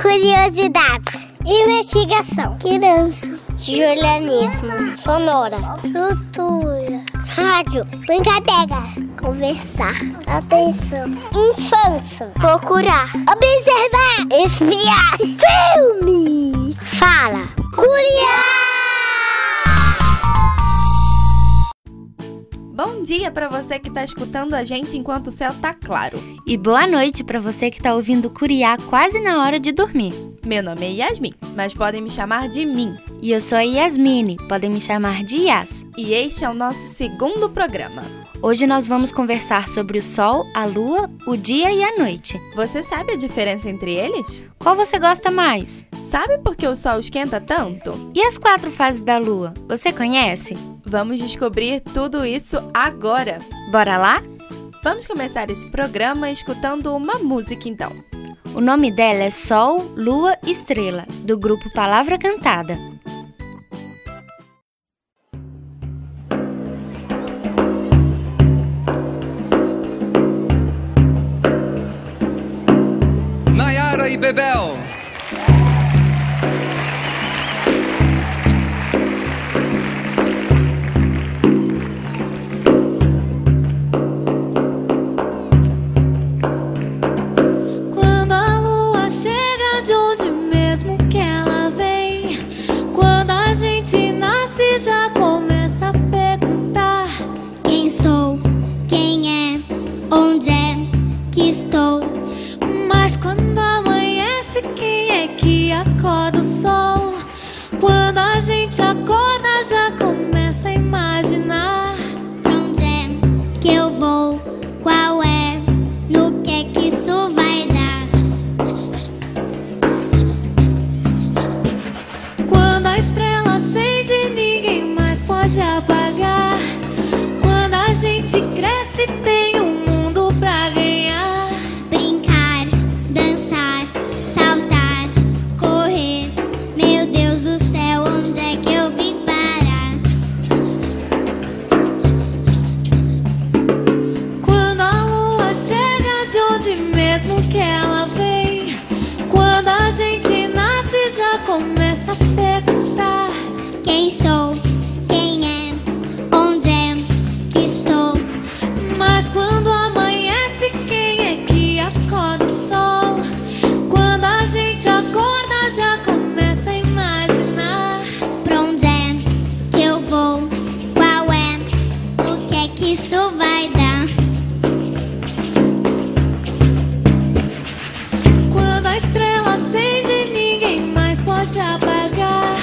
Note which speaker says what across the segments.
Speaker 1: Curiosidades. Investigação. Criança. Julianismo. Sonora. Cultura. Rádio. Brincadeira. Conversar. Atenção. Infância. Procurar. Observar. Espiar. Filme. Fala. Curiar.
Speaker 2: Bom dia pra você que tá escutando a gente enquanto o céu tá claro.
Speaker 3: E boa noite pra você que tá ouvindo Curiar quase na hora de dormir.
Speaker 2: Meu nome é Yasmin, mas podem me chamar de Mim.
Speaker 3: E eu sou a Yasmine, podem me chamar de Yas.
Speaker 2: E este é o nosso segundo programa.
Speaker 3: Hoje nós vamos conversar sobre o Sol, a Lua, o dia e a noite.
Speaker 2: Você sabe a diferença entre eles?
Speaker 3: Qual você gosta mais?
Speaker 2: Sabe por que o sol esquenta tanto?
Speaker 3: E as quatro fases da Lua? Você conhece?
Speaker 2: Vamos descobrir tudo isso agora.
Speaker 3: Bora lá?
Speaker 2: Vamos começar esse programa escutando uma música então.
Speaker 3: O nome dela é Sol, Lua, Estrela, do grupo Palavra Cantada.
Speaker 4: Nayara e Bebel.
Speaker 5: Quando a lua chega de onde mesmo que ela vem, quando a gente nasce já começa a perguntar.
Speaker 1: Quem sou? Quem é? Onde é que estou?
Speaker 5: Mas quando amanhece, quem é que acorda o sol? Quando a gente acorda já começa a imaginar.
Speaker 1: Pra onde é que eu vou? Qual é? No que é que isso vai dar?
Speaker 5: Quando a estrela acende, ninguém mais pode apagar. Quando a gente cresce, tem um mundo pra ganhar.
Speaker 1: Brincar, dançar, saltar, correr. Meu Deus do céu, onde é que eu vim parar?
Speaker 5: Quando a lua chega de onde mesmo que ela vem. Quando a gente nasce, já começa a perguntar.
Speaker 1: Quem sou? Quem é? Onde é que estou?
Speaker 5: Mas quando amanhece, quem é que acorda o sol? Quando a gente acorda, já começa a imaginar.
Speaker 1: Pra onde é que eu vou? Qual é? O que é que isso vai dar?
Speaker 5: Quando a estrela acende, ninguém mais pode apagar.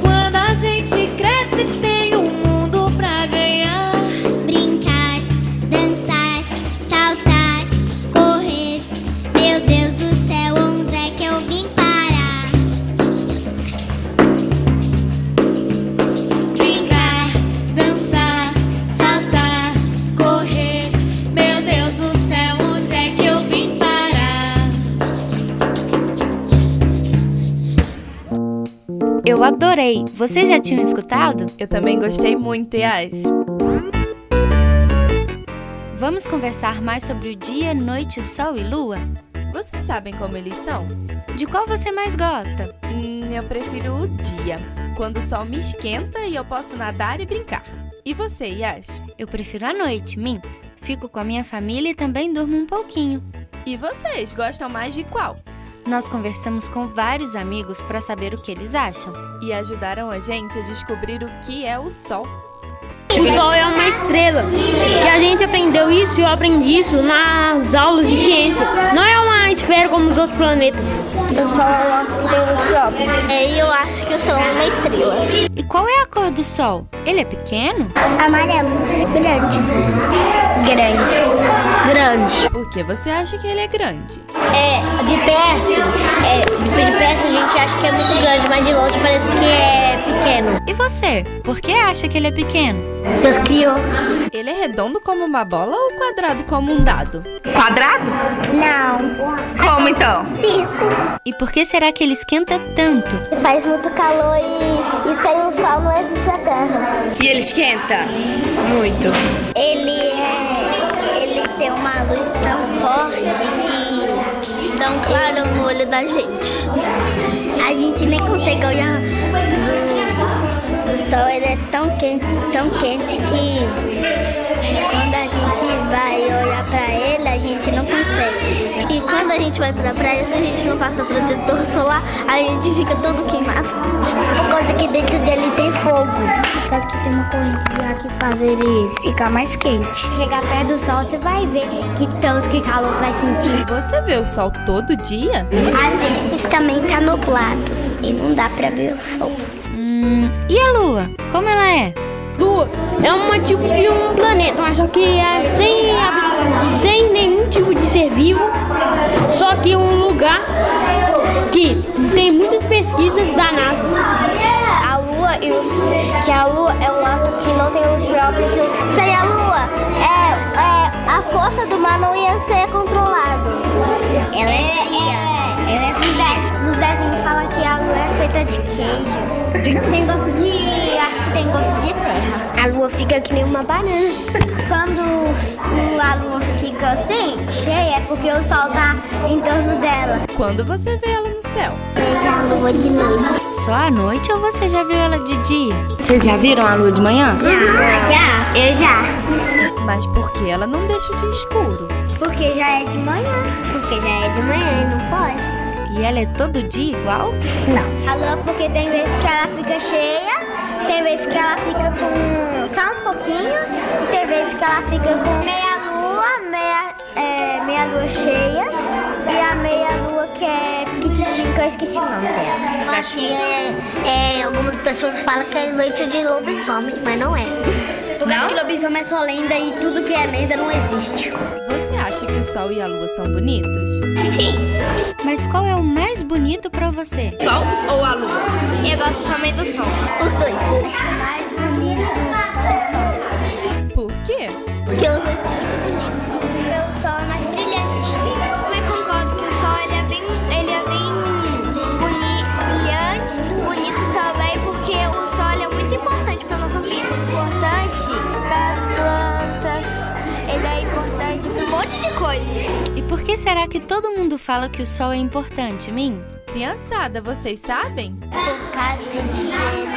Speaker 5: Quando a gente cresce, tem um mundo pra ganhar.
Speaker 1: Brincar, dançar, saltar, correr. Meu Deus do céu, onde é que eu vim parar?
Speaker 5: Brincar, dançar, saltar, correr. Meu Deus do céu, onde é que eu vim parar?
Speaker 3: Eu adorei! Vocês já tinham escutado?
Speaker 2: Eu também gostei muito, Yas.
Speaker 3: Vamos conversar mais sobre o dia, noite, sol e lua?
Speaker 2: Vocês sabem como eles são?
Speaker 3: De qual você mais gosta?
Speaker 2: Hum, eu prefiro o dia, quando o sol me esquenta e eu posso nadar e brincar. E você, Yas?
Speaker 3: Eu prefiro a noite, mim. Fico com a minha família e também durmo um pouquinho.
Speaker 2: E vocês gostam mais de qual?
Speaker 3: Nós conversamos com vários amigos para saber o que eles acham.
Speaker 2: E ajudaram a gente a descobrir o que é o sol.
Speaker 6: O Sol é uma estrela. E a gente aprendeu isso e eu aprendi isso nas aulas de ciência. Não é uma esfera como os outros planetas.
Speaker 1: É, Eu acho que eu sou uma estrela.
Speaker 3: E qual é a cor do sol? Ele é pequeno?
Speaker 1: Amarelo. Grande. Grande. Grande.
Speaker 2: Por que você acha que ele é grande?
Speaker 1: É, de perto. É, de, de perto a gente acha que é muito grande, mas de longe parece que é pequeno.
Speaker 3: E você? Por que acha que ele é pequeno?
Speaker 1: Deus criou.
Speaker 2: Ele é redondo como uma bola ou quadrado como um dado?
Speaker 7: Quadrado?
Speaker 1: Não.
Speaker 7: Como então?
Speaker 3: E por que será que ele esquenta tanto?
Speaker 1: Faz muito calor e, e sem o sol não existe a terra.
Speaker 7: E ele esquenta?
Speaker 1: Ele é. Ele tem uma luz tão forte que dá um clarão no olho olho da gente. A gente nem consegue olhar do, do sol, ele é tão quente, tão quente que quando a gente vai olhar pra ele, a gente não consegue. E quando a gente vai pra praia, se a gente não passa protetor solar, a gente fica todo queimado. Por causa que dentro dele tem fogo. Por causa que tem uma corrente de ar que faz ele ficar mais quente. Chegar perto do sol, você vai ver que tanto que calor vai sentir.
Speaker 2: Você vê o sol todo dia?
Speaker 1: Às vezes também tá nublado e não dá pra ver o sol.
Speaker 3: Hum, e a Lua? Como ela é?
Speaker 6: Lua é uma tipo de um planeta, mas só que é sem, habi- sem nenhum tipo de ser vivo, só que um lugar que tem muitas pesquisas da NASA.
Speaker 1: A lua e os, que a lua é um astro que não tem luz própria que os, sem a lua é, é a força do mar não ia ser controlado. Ela é fria. Ela é fria. Nos desenhos fala que a lua é feita de queijo. Tem gosto de acho que tem gosto de terra. A lua fica que nem uma banana. Quando o- a lua fica assim cheia é porque o sol tá em torno dela.
Speaker 2: Quando você vê ela no céu?
Speaker 1: Veja a lua de noite.
Speaker 3: Só à noite ou você já viu ela de dia?
Speaker 8: Vocês já viram a lua de manhã?
Speaker 1: Já? Eu já.
Speaker 2: Mas por que ela não deixa de escuro?
Speaker 1: Porque já é de manhã. Porque já é de manhã e não pode.
Speaker 3: E ela é todo dia igual?
Speaker 1: A lua, porque tem vezes que ela fica cheia, tem vezes que ela fica com só um pouquinho, e tem vezes que ela fica com meia lua, meia, é, meia lua cheia, e a meia lua que é pequitinha, que eu esqueci o nome dela. Eu acho que é, algumas pessoas falam que é noite de lobisomem, mas não é. Porque não? lobisomem é só lenda e tudo que é lenda não existe.
Speaker 2: Você acha que o sol e a lua são bonitos?
Speaker 3: Mas qual é o mais bonito pra você?
Speaker 1: Eu gosto também do sol. Os dois. mais bonito.
Speaker 2: Por quê?
Speaker 1: Porque os dois são muito bonitos. Porque o sol é mais brilhante. Eu concordo é que o sol ele é bem, ele é bem boni- brilhante, bonito também, porque o sol ele é muito importante para nossas vidas. Importante para as plantas, ele é importante para um monte de coisas.
Speaker 3: E por que será que todo mundo fala que o sol é importante, Min?
Speaker 2: Criançada, vocês sabem?
Speaker 1: Por causa que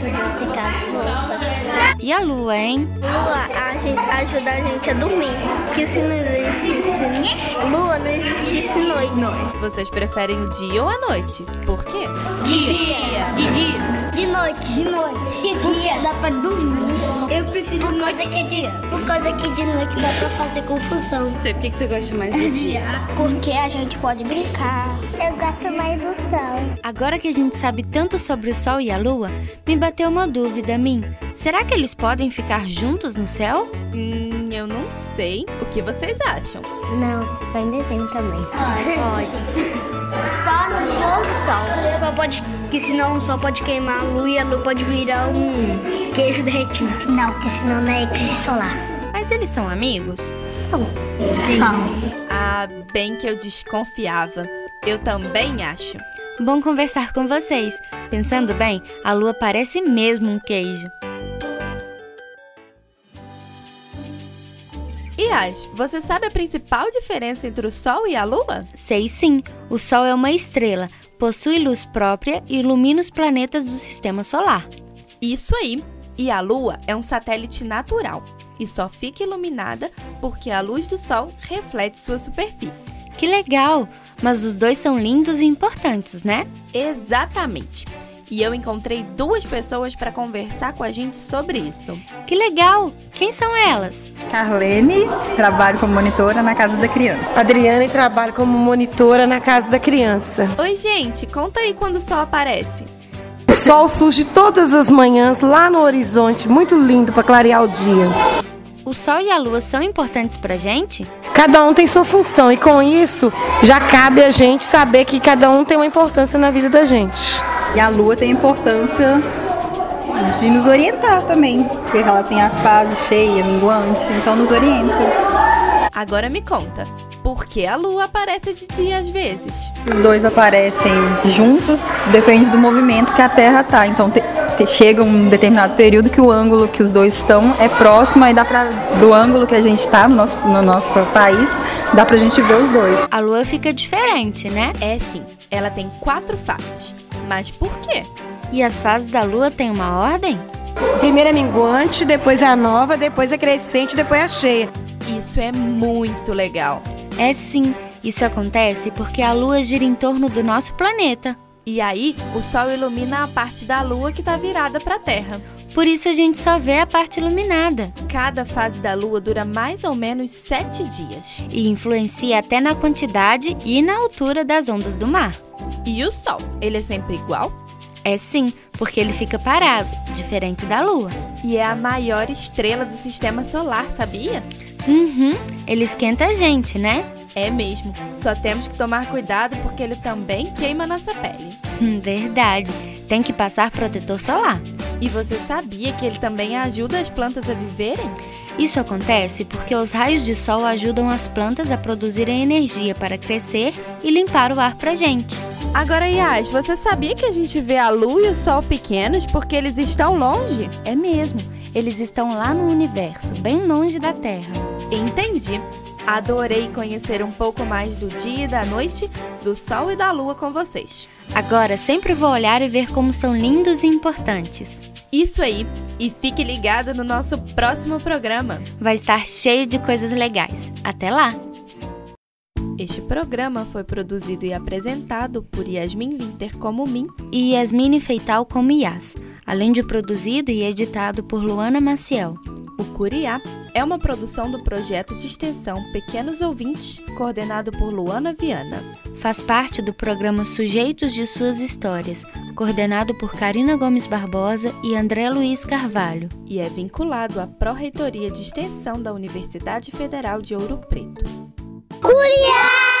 Speaker 1: ele ajuda a secar as roupas.
Speaker 3: E a Lua, hein?
Speaker 1: Lua a gente, ajuda a gente a dormir. Porque se não existisse lua, não existisse noite.
Speaker 2: Vocês preferem o dia ou a noite? Por quê?
Speaker 1: De noite. De noite. De dia. Dá pra dormir. Eu prefiro Por noite que dia. Por causa que de noite dá pra fazer confusão.
Speaker 7: Sei, por que que você gosta mais do dia?
Speaker 1: Porque a gente pode brincar. Eu gosto mais do sol.
Speaker 3: Agora que a gente sabe tanto sobre o Sol e a Lua, me bateu uma dúvida, Min. Será que eles podem ficar juntos no céu?
Speaker 2: Hum, eu não sei. O que vocês acham?
Speaker 1: Não, vai em desenho também. Pode. Só no pôr do sol. Só pode, que senão só pode queimar a lua e a lua pode virar um queijo derretido. Não, porque senão não é queijo solar.
Speaker 3: Mas eles são amigos?
Speaker 1: Sol.
Speaker 2: Ah, bem que eu desconfiava. Eu também acho.
Speaker 3: Bom conversar com vocês. Pensando bem, a Lua parece mesmo um queijo.
Speaker 2: Yas, você sabe a principal diferença entre o Sol e a Lua?
Speaker 3: Sei sim, o Sol é uma estrela, possui luz própria e ilumina os planetas do sistema solar.
Speaker 2: Isso aí! E a Lua é um satélite natural e só fica iluminada porque a luz do Sol reflete sua superfície.
Speaker 3: Que legal! Mas os dois são lindos e importantes, né?
Speaker 2: Exatamente! E eu encontrei duas pessoas para conversar com a gente sobre isso.
Speaker 3: Que legal! Quem são elas?
Speaker 7: Carlene, trabalho como monitora na casa da criança.
Speaker 9: Adriana e trabalho como monitora na casa da criança.
Speaker 2: Oi, gente, conta aí quando o Sol aparece.
Speaker 9: O sol surge todas as manhãs lá no horizonte, muito lindo para clarear o dia.
Speaker 3: O Sol e a Lua são importantes pra gente?
Speaker 9: Cada um tem sua função e com isso já cabe a gente saber que cada um tem uma importância na vida da gente.
Speaker 8: E a lua tem importância de nos orientar também, porque ela tem as fases cheia, minguante, então nos orienta.
Speaker 2: Agora me conta, por que a Lua aparece de dia às vezes?
Speaker 8: Os dois aparecem juntos, depende do movimento que a Terra tá. Então te- te- chega um determinado período que o ângulo que os dois estão é próximo, aí dá pra, do ângulo que a gente tá no nosso, no nosso país, dá pra gente ver os dois.
Speaker 3: A lua fica diferente, né?
Speaker 2: É sim, ela tem quatro fases. Mas por quê?
Speaker 3: E as fases da lua têm uma ordem?
Speaker 9: Primeiro é minguante, depois é a nova, depois é crescente, depois é a cheia.
Speaker 2: Isso é muito legal.
Speaker 3: É sim, isso acontece porque a lua gira em torno do nosso planeta.
Speaker 2: E aí, o sol ilumina a parte da lua que está virada para a Terra.
Speaker 3: Por isso a gente só vê a parte iluminada
Speaker 2: Cada fase da lua dura mais ou menos sete dias.
Speaker 3: e influencia até na quantidade e na altura das ondas do mar.
Speaker 2: E o sol, ele é sempre igual
Speaker 3: É sim, porque ele fica parado, diferente da lua.
Speaker 2: e é a maior estrela do sistema solar, sabia?
Speaker 3: Uhum, ele esquenta a gente, né?
Speaker 2: É mesmo. Só temos que tomar cuidado porque ele também queima nossa pele.
Speaker 3: Hum, verdade. Tem que passar protetor solar.
Speaker 2: E você sabia que ele também ajuda as plantas a viverem?
Speaker 3: Isso acontece porque os raios de sol ajudam as plantas a produzirem energia para crescer e limpar o ar pra gente.
Speaker 2: Agora, Yas, você sabia que a gente vê a lua e o sol pequenos porque eles estão longe?
Speaker 3: É mesmo, eles estão lá no universo, bem longe da Terra.
Speaker 2: Entendi. Adorei conhecer um pouco mais do dia e da noite, do sol e da lua com vocês.
Speaker 3: Agora sempre vou olhar e ver como são lindos e importantes.
Speaker 2: Isso aí! E fique ligado no nosso próximo programa.
Speaker 3: Vai estar cheio de coisas legais. Até lá!
Speaker 2: Este programa foi produzido e apresentado por Yasmin Winter como mim.
Speaker 3: E Yasmine Feital como Yas, além de produzido e editado por Luana Maciel.
Speaker 2: O Curiá é uma produção do projeto de extensão Pequenos Ouvintes, coordenado por Luana Viana.
Speaker 3: Faz parte do programa Sujeitos de Suas Histórias, coordenado por Karina Gomes Barbosa e André Luiz Carvalho.
Speaker 2: e é vinculado à
Speaker 1: é
Speaker 2: Pró-Reitoria de Extensão da Universidade Federal de Ouro Preto.
Speaker 1: Curiar!